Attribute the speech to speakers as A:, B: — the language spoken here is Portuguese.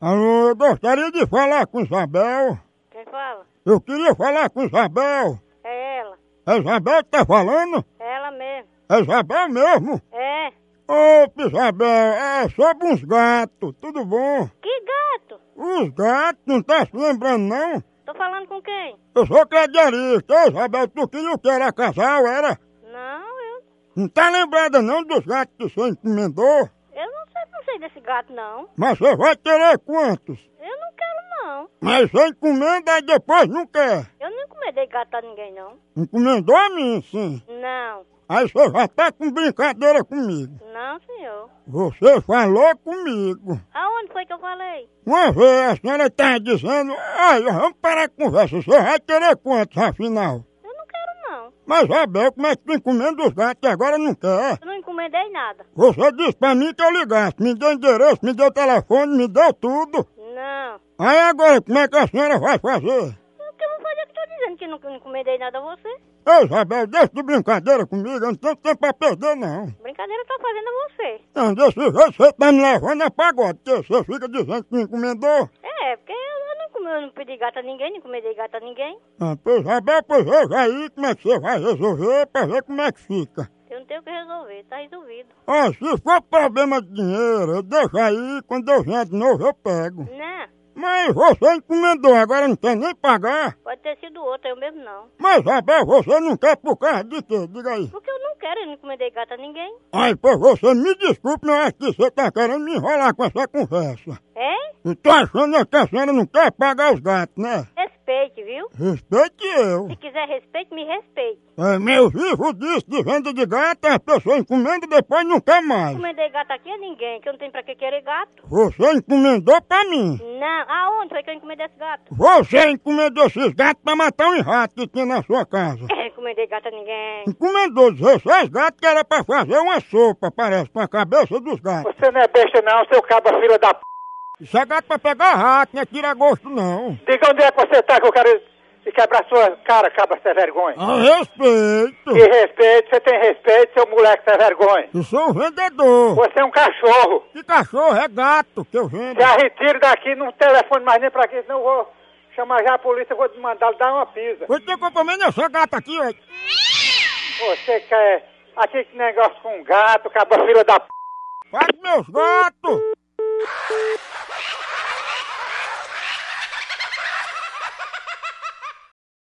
A: Alô, eu gostaria de falar com Isabel.
B: Quem fala?
A: Eu queria falar com Isabel.
B: É ela.
A: É Isabel que tá falando?
B: É ela mesmo.
A: É Isabel mesmo?
B: É.
A: Ô, Isabel, é sobre uns gatos, tudo bom?
B: Que gato?
A: Os gatos, não tá se lembrando não?
B: Tô falando com quem?
A: Eu sou cadeirista, ô Isabel, tu queria que era casal, era?
B: Não, eu.
A: Não tá lembrada não dos gatos que você encomendou?
B: Eu não sei, não sei desse gato, não.
A: Mas você vai querer quantos?
B: Eu não quero, não.
A: Mas você encomenda e depois não quer.
B: Eu não encomendei gato a ninguém, não.
A: Encomendou a mim, sim.
B: Não.
A: Aí você já tá com brincadeira comigo.
B: Não, senhor.
A: Você falou comigo.
B: Aonde foi que eu falei?
A: Uma vez a senhora tá dizendo, olha, vamos parar a conversa, você vai querer quantos afinal?
B: Eu não quero, não.
A: Mas Abel, como é que tu encomenda os gatos e agora não quer?
B: Eu não encomendei nada.
A: Você disse pra mim que eu ligasse, me deu endereço, me deu telefone, me deu tudo.
B: Não.
A: Aí agora, como é que a senhora vai fazer?
B: O que eu vou fazer é que eu tô dizendo que eu não encomendei nada a você?
A: Ô Isabel, deixa de brincadeira comigo, eu não tenho tempo pra perder não.
B: Brincadeira tá fazendo a você.
A: Não, desse jeito você tá me levando a pagode, porque você fica dizendo que me encomendou.
B: É, porque eu, eu não, encom- eu não pedi gato a ninguém, não encomendei gato a ninguém.
A: Ah, pois Isabel, pois veja aí como é que você vai resolver pra ver como é que fica.
B: Eu não tenho o que resolver, tá resolvido.
A: Ó, se for problema de dinheiro, deixa aí, quando eu vier de novo eu pego.
B: Não,
A: Mas você é encomendou, agora não quer nem pagar.
B: pode ter sido outro, eu mesmo não.
A: Mas Isabel, você não quer por causa de quê? Diga aí.
B: Porque eu não quero, eu não encomendei gato a ninguém.
A: Aí, pois você me desculpe, mas acho que você tá querendo me enrolar com essa conversa.
B: Hein?
A: Eu tô achando é que a senhora não quer pagar os gatos, né?
B: Respeite, viu?
A: Respeite eu.
B: Se quiser respeito, me respeite.
A: É, meu vivo disso de venda de gato, as pessoas encomendam e depois não quer mais.
B: Encomendei gato aqui a ninguém, que eu não tenho pra que querer gato.
A: Você encomendou pra mim.
B: Não, aonde foi que eu encomendei esse gato?
A: Você encomendou esses gatos pra matar um rato que tinha na sua casa.
B: encomendei gato a ninguém.
A: Encomendou 16 gatos que era pra fazer uma sopa, parece, com a cabeça dos gatos.
C: Você não é besta não, seu caba filha da p.
A: Isso é gato pra pegar rato, não é tirar gosto não.
C: Diga onde é que você tá que eu quero quebrar sua cara, caba sem vergonha.
A: A respeito.
C: Que respeito, você tem respeito, seu moleque sem vergonha.
A: Eu sou um vendedor.
C: Você é um cachorro.
A: Que cachorro é gato que eu vendo.
C: Já retiro daqui, não telefone mais nem pra aqui, senão eu vou chamar já a polícia, eu vou te mandar dar uma pisa.
A: Eu tenho que comer essa gata aqui, ó.
C: Você quer... Aqui que negócio com gato, caba filha da p...
A: Faz meus gatos.